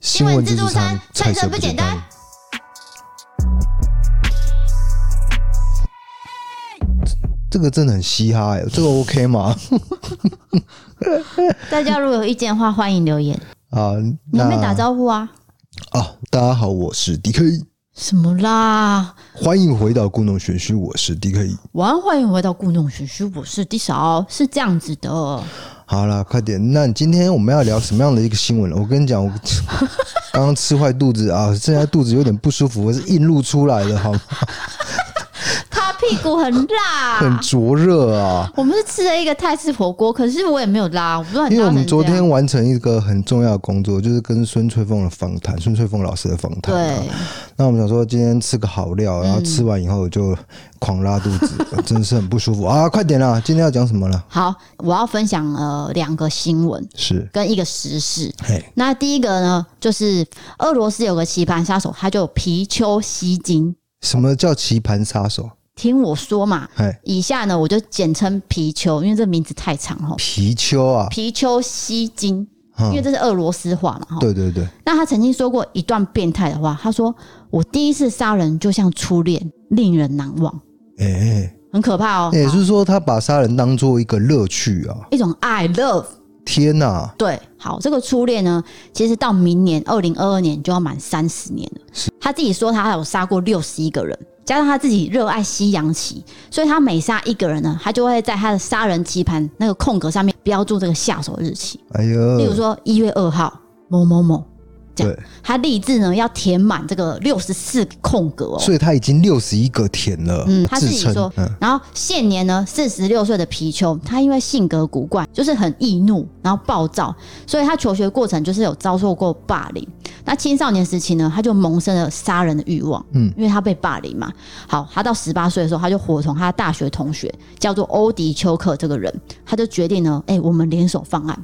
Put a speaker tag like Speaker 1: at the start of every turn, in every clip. Speaker 1: 新闻自助餐，菜色不简单。
Speaker 2: 这个真的很嘻哈哎、这个 OK 吗？
Speaker 1: 大家如果有意见的话，欢迎留言。
Speaker 2: 啊，
Speaker 1: 你
Speaker 2: 那
Speaker 1: 还没打招呼啊？
Speaker 2: 啊，大家好，我是 DK，
Speaker 1: 什么啦？
Speaker 2: 欢迎回到故弄玄虚，我是 DK。
Speaker 1: 晚安，欢迎回到故弄玄虚，我是 D 嫂，是这样子的。
Speaker 2: 好啦，快点！那今天我们要聊什么样的一个新闻呢？我跟你讲，我刚刚吃坏肚子啊，现在肚子有点不舒服，我是硬露出来的，好吗，
Speaker 1: 他屁股很辣，
Speaker 2: 很灼热 啊。
Speaker 1: 我们是吃了一个泰式火锅，可是我也没有拉，我不知道你
Speaker 2: 因为
Speaker 1: 拉
Speaker 2: 我们
Speaker 1: 成
Speaker 2: 昨
Speaker 1: 这样
Speaker 2: 天完成一个很重要的工作，就是跟孙翠凤的访谈，孙翠凤老师的访谈、啊。
Speaker 1: 对，
Speaker 2: 那我们想说今天吃个好料，
Speaker 1: 嗯
Speaker 2: 然后吃完以后就狂拉肚 子，真是很不舒服啊！快点啦，今天要讲什么了？
Speaker 1: 好，我要分享呃两个新闻
Speaker 2: 是，
Speaker 1: 跟一个时事。
Speaker 2: 嘿，
Speaker 1: 那第一个呢，就是俄罗斯有个棋盘杀手，他就皮丘西金。
Speaker 2: 什么叫棋盘杀手？
Speaker 1: 听我说嘛，
Speaker 2: 嘿，
Speaker 1: 以下呢我就简称皮丘，因为这名字太长吼。
Speaker 2: 皮丘啊，
Speaker 1: 皮丘西金，因为
Speaker 2: 嗯，
Speaker 1: 这是俄罗斯话嘛吼。
Speaker 2: 对对对，
Speaker 1: 那他曾经说过一段变态的话，他说：“我第一次杀人就像初恋，令人难忘，
Speaker 2: 哎、哎
Speaker 1: 很可怕哦。
Speaker 2: 也
Speaker 1: 好
Speaker 2: 就是说他把杀人当做一个乐趣啊！
Speaker 1: 一种爱 love。
Speaker 2: 天哪、
Speaker 1: 对，好，这个初恋呢，其实到明年二零二二年就要满三十年了。他自己说他有杀过六十一个人，加上他自己热爱西洋棋，所以他每杀一个人呢，他就会在他的杀人棋盘那个空格上面标注这个下手日期，
Speaker 2: 哎
Speaker 1: 例如
Speaker 2: 呦，
Speaker 1: 说一月二号某某某。这样
Speaker 2: 对，
Speaker 1: 他立志呢要填满这个六十四空格哦。
Speaker 2: 所以他已经六十一个舔了，
Speaker 1: 嗯，他自
Speaker 2: 自
Speaker 1: 己
Speaker 2: 称
Speaker 1: 说，
Speaker 2: 嗯，
Speaker 1: 然后现年呢，四十六岁的皮丘，他因为性格古怪，就是很易怒，然后暴躁，所以他求学过程就是有遭受过霸凌。那青少年时期呢，他就萌生了杀人的欲望，
Speaker 2: 嗯
Speaker 1: 嗯，因为他被霸凌嘛。好，他到十八岁的时候，他就伙同他的大学同学叫做欧迪丘克这个人，他就决定呢，哎、我们联手犯案。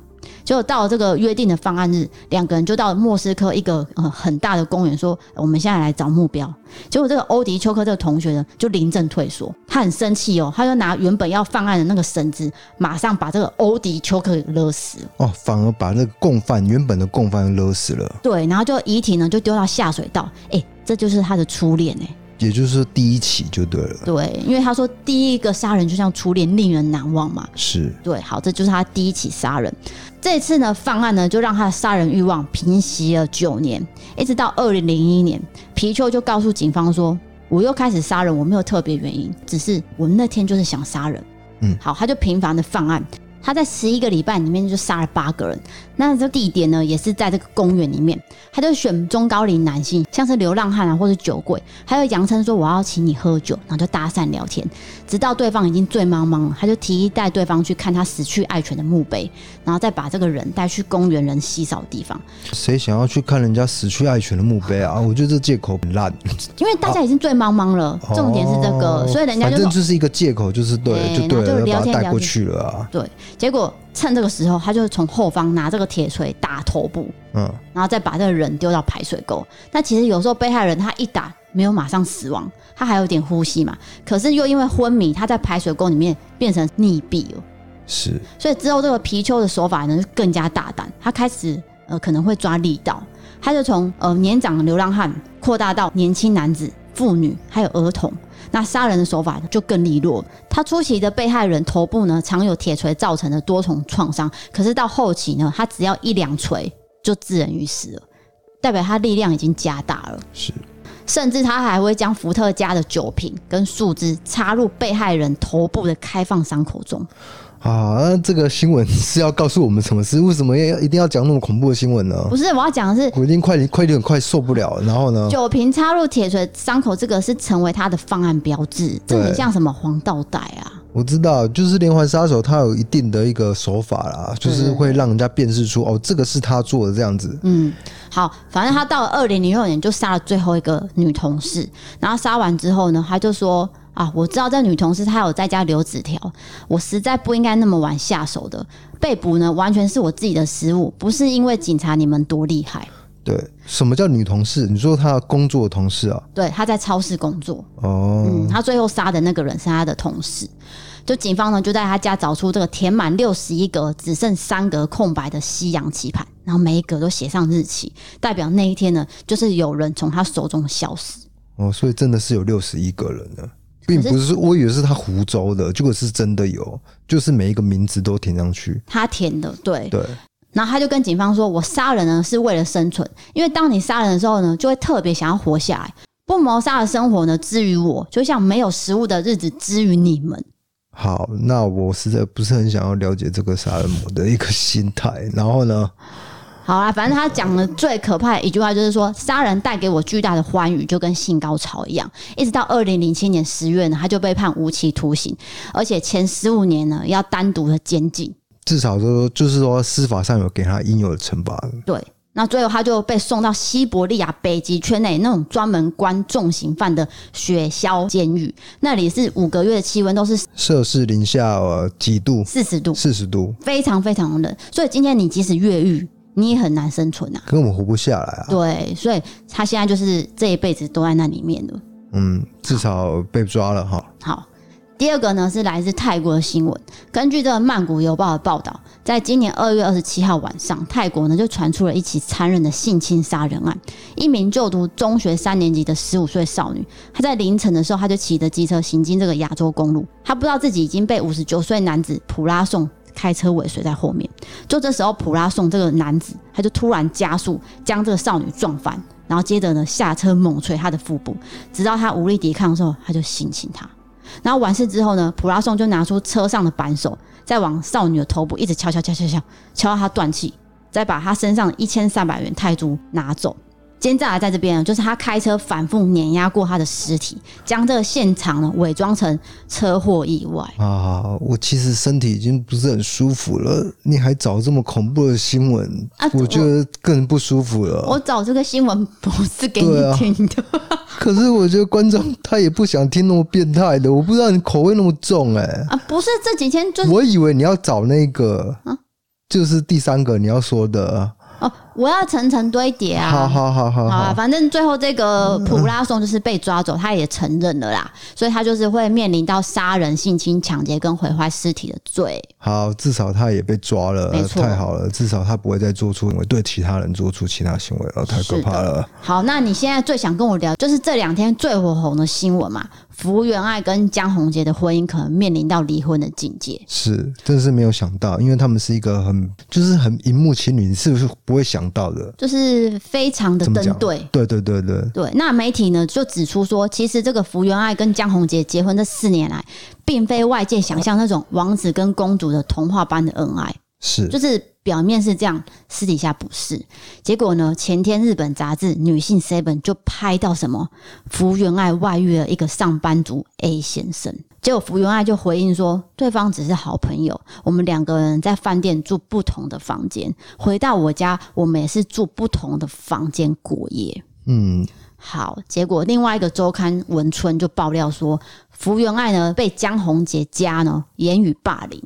Speaker 1: 结果到了这个约定的方案日，两个人就到莫斯科一个呃很大的公园，说我们现在来找目标。结果这个欧迪丘克这个同学呢，就临阵退缩，他很生气哦，他就拿原本要犯案的那个绳子，马上把这个欧迪丘克给勒死了。
Speaker 2: 哦，反而把那个共犯原本的共犯勒死了，
Speaker 1: 对，然后就遗体呢就丢到下水道。哎，这就是他的初恋哎。
Speaker 2: 也就是说第一起就对了，
Speaker 1: 对，因为他说第一个杀人就像初恋，令人难忘嘛。
Speaker 2: 是，
Speaker 1: 对，好，这就是他第一起杀人。这次呢，犯案呢就让他的杀人欲望平息了九年，一直到二零零一年，皮丘就告诉警方说：“我又开始杀人，我没有特别原因，只是我那天就是想杀人。”
Speaker 2: 嗯
Speaker 1: 好，他就频繁的犯案。他在十一个礼拜里面就杀了八个人，那这地点呢也是在这个公园里面，他就选中高龄男性，像是流浪汉啊或者酒鬼，还有扬称说我要请你喝酒，然后就搭讪聊天，直到对方已经醉茫茫了，他就提议带对方去看他死去爱犬的墓碑，然后再把这个人带去公园人稀少的地方，
Speaker 2: 谁想要去看人家死去爱犬的墓碑啊？我觉得这借口很烂。
Speaker 1: 因为大家已经醉茫茫了，重点是这个，
Speaker 2: 哦
Speaker 1: 所以人家
Speaker 2: 反
Speaker 1: 就
Speaker 2: 正
Speaker 1: 说
Speaker 2: 就是一个借口，就是对了，
Speaker 1: 哎
Speaker 2: 就对
Speaker 1: 然后
Speaker 2: 了，
Speaker 1: 就
Speaker 2: 要
Speaker 1: 聊
Speaker 2: 把
Speaker 1: 天
Speaker 2: 他带过去了啊。
Speaker 1: 对，结果趁这个时候，他就从后方拿这个铁锤打头部，
Speaker 2: 嗯，
Speaker 1: 然后再把这个人丢到排水沟。那其实有时候被害人他一打没有马上死亡，他还有点呼吸嘛，可是又因为昏迷，他在排水沟里面变成溺毙了。
Speaker 2: 是
Speaker 1: 所以之后这个皮丘的手法呢就更加大胆，他开始呃可能会抓力道，他就从呃年长的流浪汉扩大到年轻男子、妇女还有儿童。那杀人的手法就更利落，他初期的被害人头部呢常有铁锤造成的多重创伤，可是到后期呢，他只要一两锤就致人于死了，代表他力量已经加大了。
Speaker 2: 是，
Speaker 1: 甚至他还会将伏特加的酒瓶跟树枝插入被害人头部的开放伤口中。
Speaker 2: 啊，那这个新闻是要告诉我们什么事？为什么要一定要讲那么恐怖的新闻呢？
Speaker 1: 不是，我要讲的是
Speaker 2: 我已经快快点快受不了了，然后呢？
Speaker 1: 酒瓶插入铁锤伤口，这个是成为他的方案标志，这很像什么黄道带啊？
Speaker 2: 我知道，就是连环杀手，他有一定的一个手法啦，就是会让人家辨识出哦，这个是他做的这样子。
Speaker 1: 嗯，好，反正他到了二零零六年就杀了最后一个女同事，然后杀完之后呢，他就说啊，我知道这女同事她有在家留纸条，我实在不应该那么晚下手的。被捕呢，完全是我自己的失误，不是因为警察你们多厉害。
Speaker 2: 对，什么叫女同事？你说她工作的同事啊？
Speaker 1: 对，他在超市工作，
Speaker 2: 哦，
Speaker 1: 嗯，他最后杀的那个人是他的同事。就警方呢，就在他家找出这个填满六十一格，只剩三格空白的西洋棋盘，然后每一格都写上日期，代表那一天呢，就是有人从他手中消失。
Speaker 2: 哦，所以真的是有六十一个人呢，并
Speaker 1: 可是
Speaker 2: 不是我以为是他湖州的，结果是真的有，就是每一个名字都填上去。
Speaker 1: 他填的，对，
Speaker 2: 对，
Speaker 1: 然后他就跟警方说：“我杀人呢是为了生存，因为当你杀人的时候呢，就会特别想要活下来。不谋杀的生活呢，之于我，就像没有食物的日子之于你们。
Speaker 2: 好，那我实在不是很想要了解这个杀人魔的一个心态。然后呢，”
Speaker 1: 好啦，反正他讲的最可怕的一句话就是说，杀人带给我巨大的欢愉，就跟性高潮一样。一直到二零零七年十月呢，他就被判无期徒刑，而且前十五年呢要单独的监禁。
Speaker 2: 至少说就是说司法上有给他应有的惩罚。
Speaker 1: 对，那最后他就被送到西伯利亚北极圈内那种专门关重刑犯的雪橇监狱，那里是五个月的气温都是
Speaker 2: 摄氏零下呃几度？
Speaker 1: 四十度，
Speaker 2: 四十度，
Speaker 1: 非常非常冷。所以今天你即使越狱，你也很难生存啊。
Speaker 2: 可我们活不下来啊。
Speaker 1: 对，所以他现在就是这一辈子都在那里面了。
Speaker 2: 嗯，至少被抓了哈。
Speaker 1: 好，第二个呢是来自泰国的新闻。根据这个《曼谷邮报》的报道，在今年二月二十七号晚上，泰国呢就传出了一起残忍的性侵杀人案。一名就读中学三年级的十五岁少女，她在凌晨的时候，她就骑着机车行经这个亚洲公路，她不知道自己已经被五十九岁男子普拉颂。开车尾随在后面，就这时候普拉颂这个男子，他就突然加速将这个少女撞翻，然后接着呢下车猛捶她的腹部，直到她无力抵抗的时候，他就性侵她。然后完事之后呢，普拉颂就拿出车上的扳手，再往少女的头部一直敲敲敲敲敲，敲到她断气，再把她身上一千三百元泰铢拿走。奸诈的在这边呢，就是他开车反复碾压过她的尸体，将这个现场呢伪装成车祸意外。
Speaker 2: 啊，我其实身体已经不是很舒服了，你还找这么恐怖的新闻，
Speaker 1: 啊
Speaker 2: 我
Speaker 1: 我
Speaker 2: 觉得更不舒服了。
Speaker 1: 我找这个新闻不是给你
Speaker 2: 对啊
Speaker 1: 听的，
Speaker 2: 可是我觉得观众他也不想听那么变态的，我不知道你口味那么重哎、
Speaker 1: 啊不是这几天就是
Speaker 2: 我以为你要找那个，
Speaker 1: 嗯
Speaker 2: 就是第三个你要说的，
Speaker 1: 哦，我要层层堆叠啊。
Speaker 2: 好好好好
Speaker 1: 好啊，
Speaker 2: 好，嗯
Speaker 1: 反正最后这个普拉颂就是被抓走，他也承认了啦，所以他就是会面临到杀人、性侵、抢劫跟毁坏尸体的罪。
Speaker 2: 好，至少他也被抓了
Speaker 1: 没，错
Speaker 2: 太好了，至少他不会再做出对其他人做出其他行为了，太可怕了。
Speaker 1: 好，那你现在最想跟我聊，就是这两天最火红的新闻嘛，福原爱跟江宏杰的婚姻可能面临到离婚的境界。
Speaker 2: 是，真是没有想到，因为他们是一个很，就是很荧幕情侣，你是不是不会想到的？
Speaker 1: 就是非常的
Speaker 2: 怎么
Speaker 1: 登
Speaker 2: 讲？
Speaker 1: 对。
Speaker 2: 对对对对，
Speaker 1: 对，那媒体呢就指出说，其实这个福原爱跟江宏杰结婚这四年来，并非外界想象那种王子跟公主的童话般的恩爱。
Speaker 2: 是
Speaker 1: 就是表面是这样，私底下不是。结果呢，前天日本杂志《女性 Seven》就拍到什么福原爱外遇了一个上班族 A 先生，结果福原爱就回应说，对方只是好朋友，我们两个人在饭店住不同的房间，回到我家我们也是住不同的房间过夜。
Speaker 2: 嗯，
Speaker 1: 好，结果另外一个周刊《文春》就爆料说，福原爱呢被江宏杰家呢言语霸凌。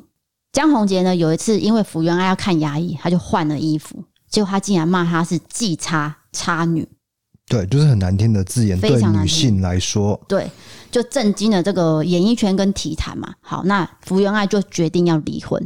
Speaker 1: 江宏杰呢有一次因为福原爱要看牙医，他就换了衣服，结果他竟然骂她是“妓差差女
Speaker 2: 对，就是很难听的字眼，
Speaker 1: 非
Speaker 2: 对
Speaker 1: 常难
Speaker 2: 女
Speaker 1: 听
Speaker 2: 性来说”，，
Speaker 1: 对，就震惊了这个演艺圈跟体坛嘛。好，那福原爱就决定要离婚。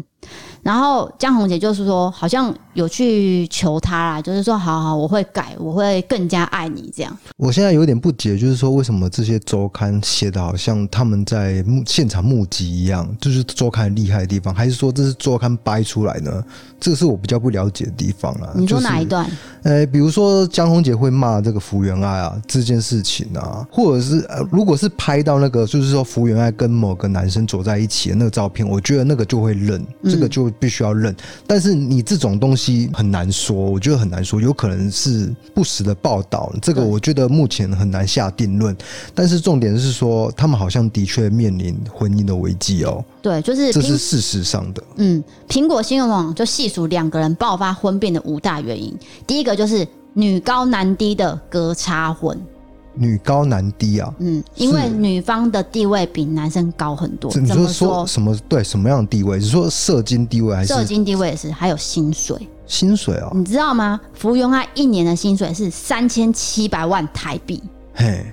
Speaker 1: 然后江宏杰就是说，好像有去求他啦，就是说，好好，我会改，我会更加爱你这样。
Speaker 2: 我现在有点不解，就是说为什么这些周刊写的好像他们在目现场募集一样，就是周刊厉害的地方，还是说这是周刊掰出来呢？这个是我比较不了解的地方啦。
Speaker 1: 你说
Speaker 2: 就是
Speaker 1: 哪一段？
Speaker 2: 呃，比如说江宏杰会骂这个福原爱啊这件事情啊，或者是、呃、如果是拍到那个就是说福原爱跟某个男生走在一起的那个照片，我觉得那个就会认，
Speaker 1: 嗯
Speaker 2: 这个就必须要认。但是你这种东西很难说，我觉得很难说，有可能是不实的报道，这个
Speaker 1: 对
Speaker 2: 我觉得目前很难下定论。但是重点是说，他们好像的确面临婚姻的危机哦，
Speaker 1: 对，就是
Speaker 2: 这
Speaker 1: 拼
Speaker 2: 是事实上的。
Speaker 1: 嗯，苹果新闻网就细数两个人爆发婚变的五大原因。第一个就是女高男低的隔差婚，
Speaker 2: 女高男低啊，
Speaker 1: 嗯，因
Speaker 2: 是
Speaker 1: 为女方的地位比男生高很多。
Speaker 2: 你
Speaker 1: 怎
Speaker 2: 说
Speaker 1: 么
Speaker 2: 说
Speaker 1: 说？
Speaker 2: 什么？对，什么样的地位？你说社经地位还是
Speaker 1: 社经地位也是，还有薪水。
Speaker 2: 薪水啊、
Speaker 1: 你知道吗？福原爱一年的薪水是三千七百万台币，
Speaker 2: 嘿，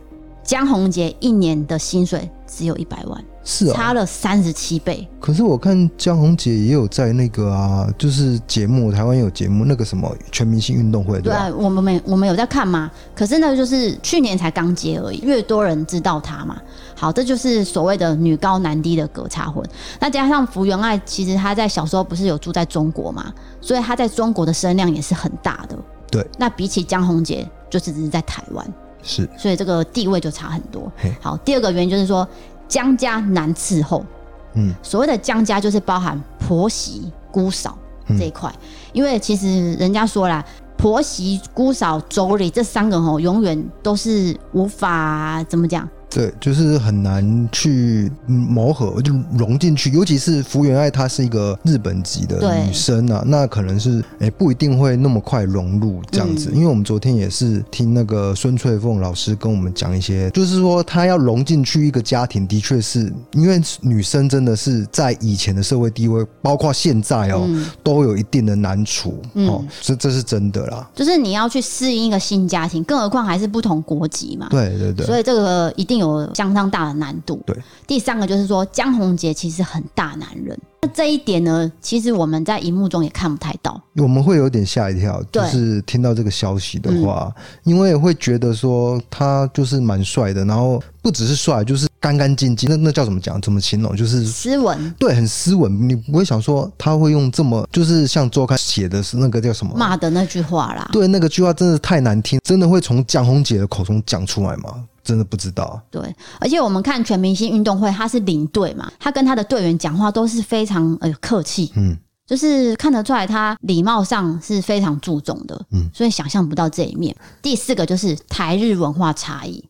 Speaker 1: 江宏杰一年的薪水只有一百万，
Speaker 2: 是啊、
Speaker 1: 差了三十七倍。
Speaker 2: 可是我看江宏姐也有在那个啊，就是节目，台湾有节目那个什么全明星运动会，对
Speaker 1: 对
Speaker 2: 吧？
Speaker 1: 啊，我们没我们有在看嘛，可是那个就是去年才刚接而已，越多人知道她嘛。好，这就是所谓的女高男低的隔差婚。那加上福原爱，其实她在小时候不是有住在中国嘛，所以她在中国的声量也是很大的。
Speaker 2: 对，
Speaker 1: 那比起江宏杰，就只是在台湾。
Speaker 2: 是
Speaker 1: 所以这个地位就差很多
Speaker 2: 嘿。
Speaker 1: 好，第二个原因就是说江家难伺候。
Speaker 2: 嗯，
Speaker 1: 所谓的江家就是包含婆媳、姑嫂这
Speaker 2: 嗯
Speaker 1: 一块，因为其实人家说啦，婆媳、姑嫂、妯娌这三个吼，永远都是无法怎么讲。
Speaker 2: 对，就是很难去嗯磨合，就融进去。尤其是福原爱，她是一个日本籍的
Speaker 1: 对
Speaker 2: 女生啊，那可能是诶、不一定会那么快融入这样
Speaker 1: 嗯
Speaker 2: 子。因为我们昨天也是听那个孙翠凤老师跟我们讲一些，就是说她要融进去一个家庭，的确是因为女生真的是在以前的社会地位，包括现在哦，
Speaker 1: 嗯，
Speaker 2: 都有一定的难处、哦，这这是真的啦。
Speaker 1: 就是你要去适应一个新家庭，更何况还是不同国籍嘛。
Speaker 2: 对对对，
Speaker 1: 所以这个一定有相当大的难度。
Speaker 2: 对，
Speaker 1: 第三个就是说江宏杰其实很大男人，那这一点呢，其实我们在荧幕中也看不太到。
Speaker 2: 我们会有点吓一跳，就
Speaker 1: 对嗯
Speaker 2: 是听到这个消息的话，因为会觉得说他就是蛮帅的，然后不只是帅，就是干干净净，那那叫怎么讲？怎么形容？就是
Speaker 1: 斯文
Speaker 2: 对，很斯文，你不会想说他会用这么，就是像周刊写的是那个叫什么？
Speaker 1: 骂的那句话啦。
Speaker 2: 对，那个句话真的太难听，真的会从蒋红姐的口中讲出来吗？真的不知道。
Speaker 1: 对，而且我们看全明星运动会，他是领队嘛，他跟他的队员讲话都是非常呃客气，
Speaker 2: 嗯，
Speaker 1: 就是看得出来他礼貌上是非常注重的，
Speaker 2: 嗯
Speaker 1: 嗯，所以想象不到这一面。第四个就是台日文化差异，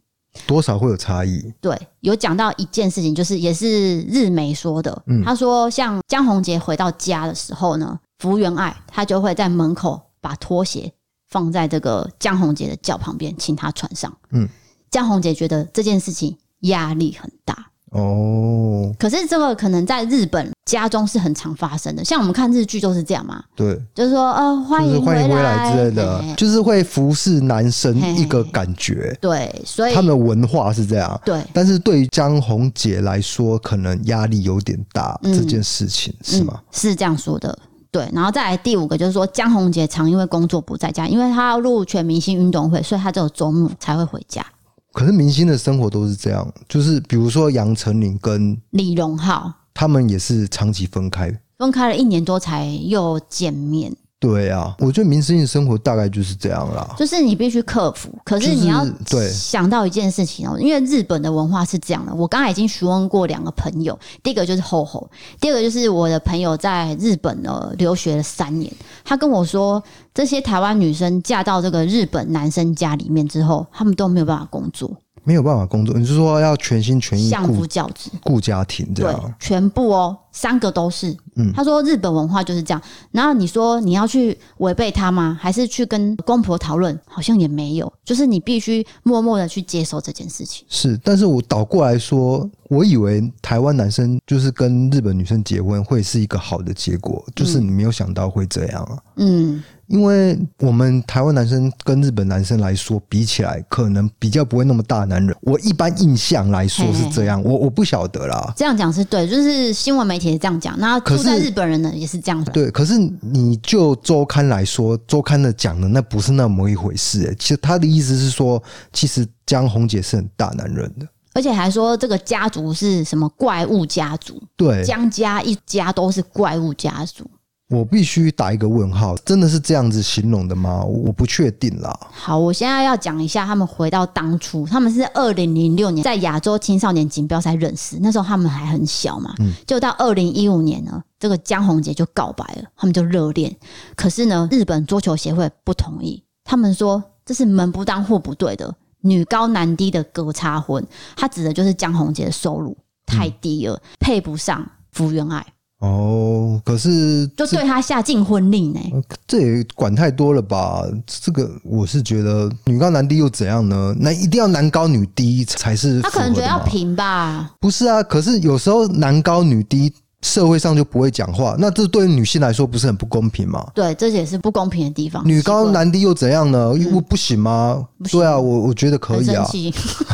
Speaker 2: 多少会有差异。
Speaker 1: 对，有讲到一件事情，就是也是日媒说的，
Speaker 2: 嗯
Speaker 1: 他说像江宏杰回到家的时候呢，福原爱他就会在门口把拖鞋放在这个江宏杰的脚旁边，请他穿上。
Speaker 2: 嗯，
Speaker 1: 江宏杰觉得这件事情压力很大。
Speaker 2: 哦，
Speaker 1: 可是这个可能在日本家中是很常发生的，像我们看日剧就是这样嘛，
Speaker 2: 对，
Speaker 1: 就是说呃欢
Speaker 2: 就是
Speaker 1: 迎
Speaker 2: 欢迎回来
Speaker 1: 来
Speaker 2: 之类的
Speaker 1: 嘿，
Speaker 2: 就是会服侍男生
Speaker 1: 嘿
Speaker 2: 一个感觉。
Speaker 1: 对，所以
Speaker 2: 他们的文化是这样。
Speaker 1: 对
Speaker 2: 但是对于江红姐来说，可能压力有点大，
Speaker 1: 嗯
Speaker 2: 这件事情是吗？
Speaker 1: 嗯？是这样说的。对，然后再来第五个就是说，江宏杰常因为工作不在家，因为他要入全明星运动会，所以他只有周末才会回家。
Speaker 2: 可是明星的生活都是这样，就是比如说杨丞琳跟
Speaker 1: 李荣浩
Speaker 2: 他们也是长期分开。
Speaker 1: 分开了一年多才又见面，
Speaker 2: 对啊，我觉得明星的生活大概就是这样啦。
Speaker 1: 就是你必须克服。可是你要
Speaker 2: 哦就是对
Speaker 1: 想到一件事情哦，因为日本的文化是这样的。我刚才已经询问过两个朋友，第一个就是吼吼，第二个就是我的朋友在日本呢留学了三年，他跟我说，这些台湾女生嫁到这个日本男生家里面之后，他们都没有办法工作。
Speaker 2: 没有办法工作，你是说要全心全意
Speaker 1: 相
Speaker 2: 顾
Speaker 1: 夫教子，
Speaker 2: 顾家庭这
Speaker 1: 对
Speaker 2: 样？，
Speaker 1: 全部哦，三个都是。
Speaker 2: 啊嗯
Speaker 1: 他说日本文化就是这样。然后你说你要去违背他吗？还是去跟公婆讨论？好像也没有，就是你必须默默的去接受这件事情。
Speaker 2: 是，但是我倒过来说，我以为台湾男生就是跟日本女生结婚会是一个好的结果，就是你没有想到会这样啊。
Speaker 1: 嗯，
Speaker 2: 因为我们台湾男生跟日本男生来说比起来，可能比较不会那么大男人。我一般印象来说是这样，我我不晓得啦。
Speaker 1: 这样讲是对，就是新闻媒体也这样讲。那
Speaker 2: 可
Speaker 1: 住
Speaker 2: 是
Speaker 1: 在日本人呢也是这样的。
Speaker 2: 对，可是你就周刊来说，周刊的讲的那不是那么一回事、欸。其实他的意思是说，其实江红姐是很大男人的。
Speaker 1: 而且还说这个家族是什么怪物家族，
Speaker 2: 对，
Speaker 1: 江家一家都是怪物家族。
Speaker 2: 我必须打一个问号，真的是这样子形容的吗？我不确定啦。
Speaker 1: 好，我现在要讲一下，他们回到当初，他们是二零零六年在亚洲青少年锦标赛认识，那时候他们还很小嘛，
Speaker 2: 嗯
Speaker 1: 就到二零一五年呢，这个江宏杰就告白了，他们就热恋，可是呢，日本桌球协会不同意，他们说这是门不当户不对的，女高男低的隔差婚，他指的就是江宏杰的收入
Speaker 2: 嗯
Speaker 1: 太低了，配不上福原爱，
Speaker 2: 哦，可是嗯
Speaker 1: 就对他下禁婚令呢、
Speaker 2: 这也管太多了吧？这个我是觉得女高男低又怎样呢？那一定要男高女低才是
Speaker 1: 他可能
Speaker 2: 符
Speaker 1: 觉
Speaker 2: 合的
Speaker 1: 得要
Speaker 2: 吗
Speaker 1: 平吧，
Speaker 2: 不是啊？可是有时候男高女低社会上就不会讲话，那这对于女性来说不是很不公平吗？
Speaker 1: 对，这也是不公平的地方。
Speaker 2: 女
Speaker 1: 奇
Speaker 2: 高
Speaker 1: 怪
Speaker 2: 男低又怎样呢？又不行吗？
Speaker 1: 不行
Speaker 2: 对啊，我我觉得可
Speaker 1: 很
Speaker 2: 以
Speaker 1: 生
Speaker 2: 啊，
Speaker 1: 气。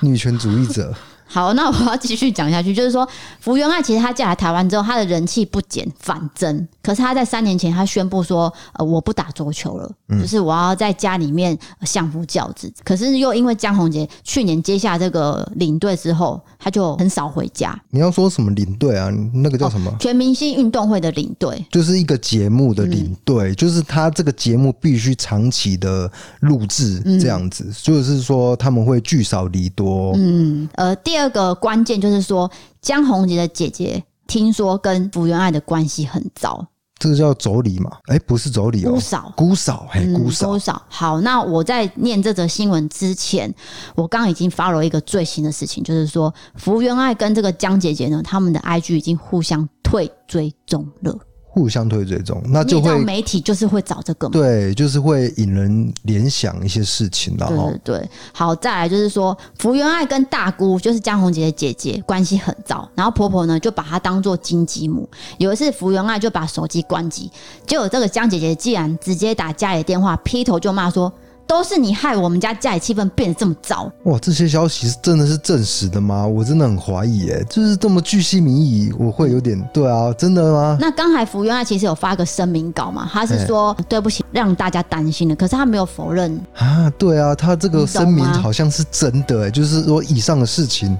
Speaker 2: 女权主义者。
Speaker 1: 好，那我要继续讲下去，就是说，福原爱其实她嫁来台湾之后，她的人气不减反增。可是她在三年前，她宣布说，呃，我不打桌球了，就是我要在家里面相夫教子。可是又因为江宏杰去年接下这个领队之后，她就很少回家。
Speaker 2: 你要说什么领队啊？你那个叫什么？
Speaker 1: 全明星运动会的领队，
Speaker 2: 就是一个节目的
Speaker 1: 嗯
Speaker 2: 领队，就是他这个节目必须长期的录制这样子，就是说他们会聚少离多。
Speaker 1: 嗯，呃，第二个关键就是说，江宏杰的姐姐听说跟福原爱的关系很糟，
Speaker 2: 这个叫妯娌嘛？哎、不是妯娌
Speaker 1: 姑
Speaker 2: 哦，
Speaker 1: 嫂。
Speaker 2: 姑嫂，哎、
Speaker 1: 嗯
Speaker 2: 姑嫂，
Speaker 1: 姑嫂。好，那我在念这则新闻之前，我刚刚已经发了一个最新的事情，就是说福原爱跟这个江姐姐呢，他们的 IG 已经互相退追踪了。
Speaker 2: 互相推追踪，那
Speaker 1: 你也
Speaker 2: 就
Speaker 1: 知道
Speaker 2: 会
Speaker 1: 媒体就是会找这个嘛。
Speaker 2: 对，啊就是会引人联想一些事情啦，然哦
Speaker 1: 对
Speaker 2: 后
Speaker 1: 对对，好，再来就是说，福原爱跟大姑，就是江宏杰的姐姐，关系很糟。然后婆婆呢，就把她当做金鸡母。有一次，福原爱就把手机关机，结果这个江姐姐竟然直接打家里的电话，劈头就骂说：“都是你害我们家家里气氛变得这么糟。
Speaker 2: 哇，这些消息是真的是证实的吗？我真的很怀疑、哎，就是这么巨细靡遗，我会有点对啊，真的 吗”？
Speaker 1: 那刚才福原爱其实有发个声明稿嘛，她是说
Speaker 2: 哎
Speaker 1: 对不起，让大家担心了，可是她没有否认。
Speaker 2: 啊，对啊，他这
Speaker 1: 你
Speaker 2: 个
Speaker 1: 懂
Speaker 2: 声明
Speaker 1: 吗
Speaker 2: 好像是真的、哎，就是说以上的事情，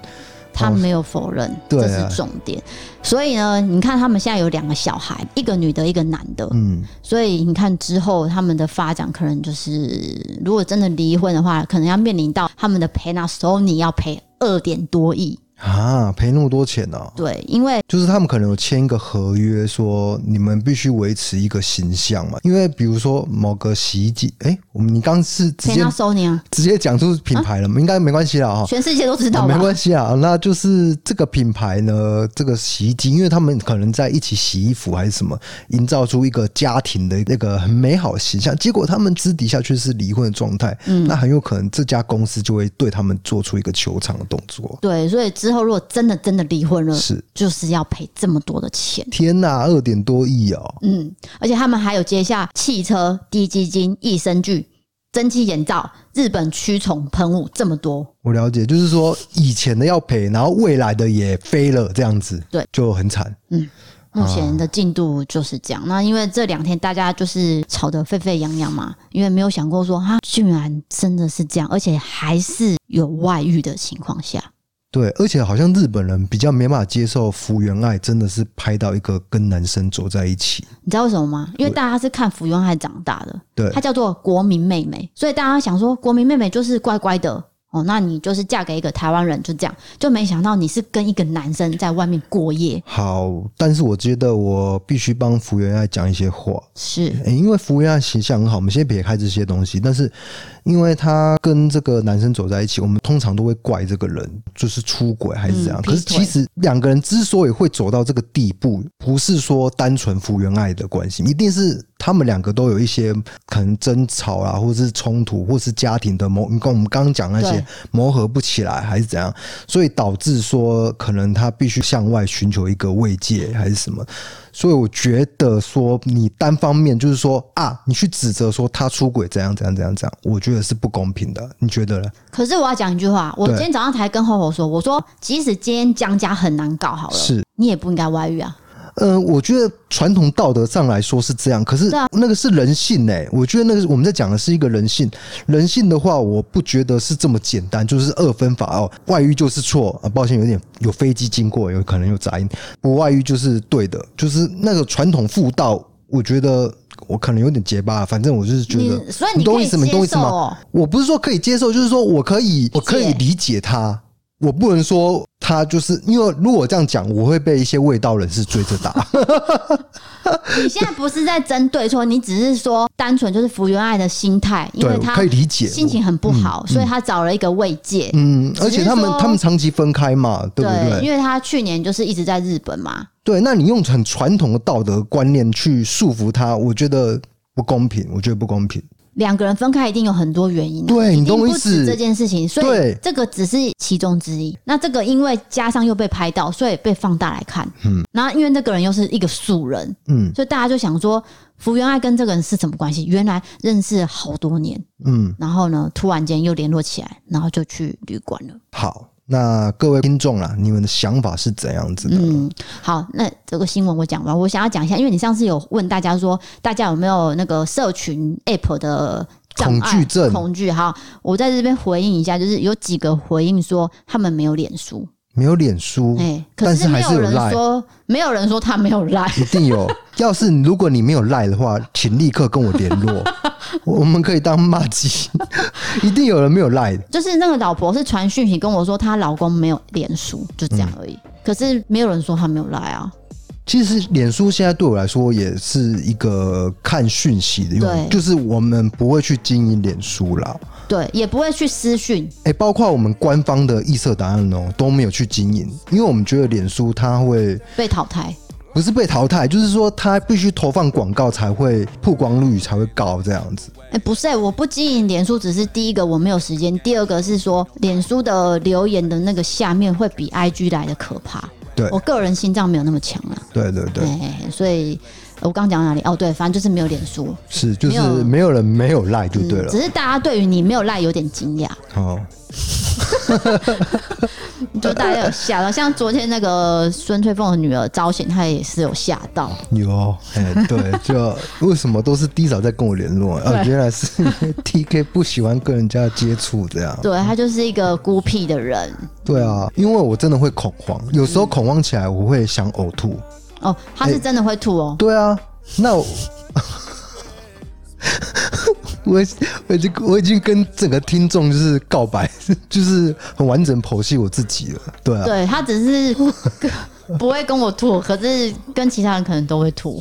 Speaker 1: 她
Speaker 2: 哦
Speaker 1: 没有否认，
Speaker 2: 对
Speaker 1: 这
Speaker 2: 啊
Speaker 1: 是重点。所以呢，你看他们现在有两个小孩，一个女的，一个男的。
Speaker 2: 嗯，
Speaker 1: 所以你看之后他们的发展，可能就是如果真的离婚的话，可能要面临到他们的赔那 Sony 要赔二点多亿。
Speaker 2: 啊，赔那么多钱呢、
Speaker 1: 对，因为
Speaker 2: 就是他们可能有签一个合约，说你们必须维持一个形象嘛。因为比如说某个洗衣机，哎、我们你刚是直
Speaker 1: 赔
Speaker 2: 接
Speaker 1: 那 Sony 啊，
Speaker 2: 直接讲出品牌了吗，应该没关系啦哈。
Speaker 1: 全世界都啊知道
Speaker 2: 没
Speaker 1: 吧？
Speaker 2: 关系啊，那就是这个品牌呢，这个洗衣机，因为他们可能在一起洗衣服还是什么，营造出一个家庭的那个很美好的形象，结果他们私底下却是离婚的状态，
Speaker 1: 嗯
Speaker 2: 那很有可能这家公司就会对他们做出一个求偿的动作。
Speaker 1: 对，所以之后如果真的真的离婚了，
Speaker 2: 是，
Speaker 1: 就是要赔这么多的钱。
Speaker 2: 天呐、二点多亿哦、
Speaker 1: 嗯，而且他们还有接下汽车、低基金、益生菌、蒸汽眼罩、日本驱虫喷雾这么多。
Speaker 2: 我了解，就是说以前的要赔，然后未来的也飞了，这样子，
Speaker 1: 对，
Speaker 2: 就很惨。
Speaker 1: 目前的进度就是这样。那因为这两天大家就是吵得沸沸扬扬嘛，因为没有想过说他竟然真的是这样，而且还是有外遇的情况下。
Speaker 2: 对，而且好像日本人比较没办法接受福原爱真的是拍到一个跟男生走在一起，
Speaker 1: 你知道为什么吗？因为大家是看福原爱长大的，
Speaker 2: 对
Speaker 1: 她叫做国民妹妹，所以大家想说国民妹妹就是乖乖的哦，那你就是嫁给一个台湾人就这样，就没想到你是跟一个男生在外面过夜，
Speaker 2: 好，但是我觉得我必须帮福原爱讲一些话。
Speaker 1: 是
Speaker 2: 诶因为福原爱形象很好，我们先撇开这些东西，但是因为她跟这个男生走在一起，我们通常都会怪这个人就是出轨还是怎样。
Speaker 1: 嗯
Speaker 2: 可是
Speaker 1: 劈
Speaker 2: 其
Speaker 1: 腿
Speaker 2: 实两个人之所以会走到这个地步，不是说单纯福原爱的关系，一定是他们两个都有一些可能争吵啊，或者是冲突，或是家庭的磨，你跟我们刚刚讲那些
Speaker 1: 对
Speaker 2: 磨合不起来还是怎样，所以导致说可能他必须向外寻求一个慰藉还是什么。所以我觉得说你单方面就是说啊，你去指责说他出轨怎样怎样怎样怎样，我觉得是不公平的。你觉得呢？
Speaker 1: 可是我要讲一句话，我
Speaker 2: 对
Speaker 1: 今天早上才跟厚厚说，我说即使今天江家很难搞好了，
Speaker 2: 是
Speaker 1: 你也不应该外遇啊。
Speaker 2: 呃，我觉得传统道德上来说是这样，可是
Speaker 1: 对啊
Speaker 2: 那个是人性哎、我觉得那个我们在讲的是一个人性，人性的话，我不觉得是这么简单，就是二分法哦，外遇就是错啊，抱歉，有点有飞机经过，有可能有杂音，不外遇就是对的，就是那个传统妇道，我觉得我可能有点结巴，反正我就是觉
Speaker 1: 你
Speaker 2: 得，
Speaker 1: 所以你
Speaker 2: 懂
Speaker 1: 可
Speaker 2: 我
Speaker 1: 以
Speaker 2: 意思吗？你懂我意
Speaker 1: 接
Speaker 2: 思
Speaker 1: 受
Speaker 2: 吗？
Speaker 1: 哦，
Speaker 2: 我不是说可以接受，就是说我可以，我可以理解他，我不能说他就是因为如果这样讲，我会被一些味道人士追着打。
Speaker 1: 你现在不是在争对错，你只是说单纯就是福原爱的心态，因
Speaker 2: 对，
Speaker 1: 为
Speaker 2: 我
Speaker 1: 她
Speaker 2: 可以理解。
Speaker 1: 心情很不好，所以她找了一个慰藉。
Speaker 2: 嗯，而
Speaker 1: 只
Speaker 2: 且
Speaker 1: 是
Speaker 2: 他们
Speaker 1: 说
Speaker 2: 他们长期分开嘛，对不对？
Speaker 1: 因为她去年就是一直在日本嘛，
Speaker 2: 对，那你用很传统的道德观念去束缚他，我觉得不公平，我觉得不公平。
Speaker 1: 两个人分开一定有很多原因啊、
Speaker 2: 对你
Speaker 1: 一定
Speaker 2: 懂我
Speaker 1: 不
Speaker 2: 意
Speaker 1: 止
Speaker 2: 思
Speaker 1: 这件事情，所以
Speaker 2: 对
Speaker 1: 这个只是其中之一。那这个因为加上又被拍到，所以被放大来看。嗯，然后因为那个人又是一个素人，
Speaker 2: 嗯
Speaker 1: 所以大家就想说，福原爱跟这个人是什么关系？原来认识好多年，
Speaker 2: 嗯，
Speaker 1: 然后呢，突然间又联络起来，然后就去旅馆了。
Speaker 2: 好，那各位听众啦，啊你们的想法是怎样子的？
Speaker 1: 嗯，好，那这个新闻我讲完，我想要讲一下，因为你上次有问大家说，大家有没有那个社群 app 的障碍
Speaker 2: 恐惧症
Speaker 1: 恐惧哈，我在这边回应一下，就是有几个回应说他们没有脸书，
Speaker 2: 没有脸书，
Speaker 1: 哎、可
Speaker 2: 但是还
Speaker 1: 没
Speaker 2: 是有
Speaker 1: 有人说，没有人说他没有赖。
Speaker 2: 一定 有。要是如果你没有赖的话，请立刻跟我联 络，我们可以当骂鸡。 一定有人没有赖的，
Speaker 1: 就是那个老婆是传讯息跟我说，她老公没有脸书，就这样而已。可是没有人说他没有赖啊，
Speaker 2: 其实脸书现在对我来说也是一个看讯息的
Speaker 1: 对
Speaker 2: 用，就是我们不会去经营脸书啦。
Speaker 1: 对，也不会去私讯，
Speaker 2: 哎、包括我们官方的异色答案哦、都没有去经营，因为我们觉得脸书它会
Speaker 1: 被淘汰。
Speaker 2: 不是被淘汰，就是说它必须投放广告才会曝光率才会高这样子。
Speaker 1: 哎、不是、欸，我不经营脸书，只是第一个我没有时间，第二个是说脸书的留言的那个下面会比 IG 来的可怕。
Speaker 2: 对
Speaker 1: 我个人心脏没有那么强啊，
Speaker 2: 对对
Speaker 1: 哎、
Speaker 2: 对，
Speaker 1: 所以我刚讲哪里？哦，对，反正就是没有脸书，
Speaker 2: 是就是
Speaker 1: 没有
Speaker 2: 没有人没有赖就
Speaker 1: 嗯
Speaker 2: 对了
Speaker 1: 只。是大家对于你没有赖有点惊讶，
Speaker 2: 哦，
Speaker 1: 就大家有吓到。像昨天那个孙翠凤的女儿招贤，她也是有吓到。
Speaker 2: 有哎、 对，就为什么都是低嫂在跟我联络啊？哦
Speaker 1: 对
Speaker 2: 原来是因为 TK 不喜欢跟人家接触这样。
Speaker 1: 对她就是一个孤僻的人
Speaker 2: 对啊，因为我真的会恐慌，有时候恐慌起来我会想呕吐。
Speaker 1: 哦，她
Speaker 2: 哎
Speaker 1: 是真的会吐哦。
Speaker 2: 对啊，那我 我我已经我已经跟整个听众就是告白， 就是很完整剖析我自己了。对啊，
Speaker 1: 对她只是 不会跟我吐，可是跟其他人可能都会吐。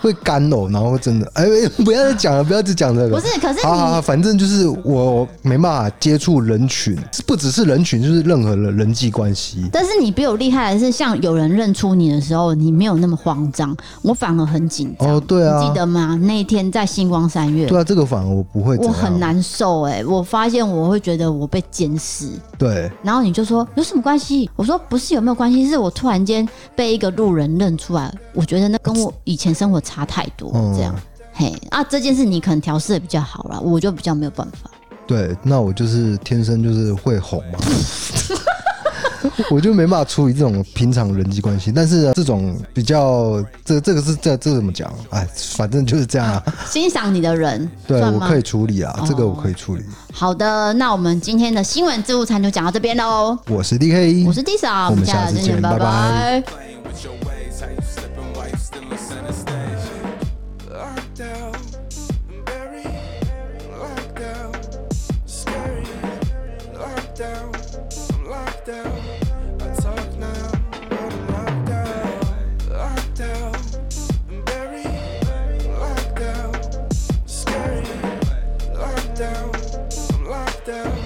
Speaker 2: 会干呕，然后真的哎、不要再讲了，不要再讲这个。
Speaker 1: 不是可是
Speaker 2: 好好
Speaker 1: 你
Speaker 2: 好，反正就是我没办法接触人群，不只是人群，就是任何的人际关系。
Speaker 1: 但是你比我厉害的是，像有人认出你的时候，你没有那么慌张，我反而很紧张。
Speaker 2: 哦，对
Speaker 1: 你
Speaker 2: 啊
Speaker 1: 记，得吗？那一天在星光三月，
Speaker 2: 对啊，这个反而我不会怎
Speaker 1: 我
Speaker 2: 样，
Speaker 1: 很难受哎、我发现我会觉得我被监视。
Speaker 2: 对。
Speaker 1: 然后你就说有什么关系？我说不是有没有关系，是我突然间被一个路人认出来，我觉得那跟我以前生活差太多，
Speaker 2: 嗯
Speaker 1: 这样。嘿啊，这件事你可能调试的比较好啦，我就比较没有办法。
Speaker 2: 对，那我就是天生就是会哄 嘛，我就没办法处理这种平常人际关系。但是呢这种比较，这这个是这这怎么讲？哎，反正就是这样啊。
Speaker 1: 欣赏你的人，
Speaker 2: 对，
Speaker 1: 算
Speaker 2: 我
Speaker 1: 吗
Speaker 2: 可以处理啊，这个我
Speaker 1: 哦
Speaker 2: 可以处理。
Speaker 1: 好的，那我们今天的新闻自助餐就讲到这边喽。
Speaker 2: 我是 D K，
Speaker 1: 我是 D 嫂，
Speaker 2: 我们
Speaker 1: 下
Speaker 2: 下次
Speaker 1: 次见，
Speaker 2: 见
Speaker 1: 拜
Speaker 2: 拜
Speaker 1: 拜
Speaker 2: 拜。
Speaker 3: playing with your ways. How you slipping while you still on center stage? Locked out, buried, locked out, scary, locked out, I'm locked out. I talk now, I'm locked out, locked out, buried, locked out, scary, locked out, I'm locked out.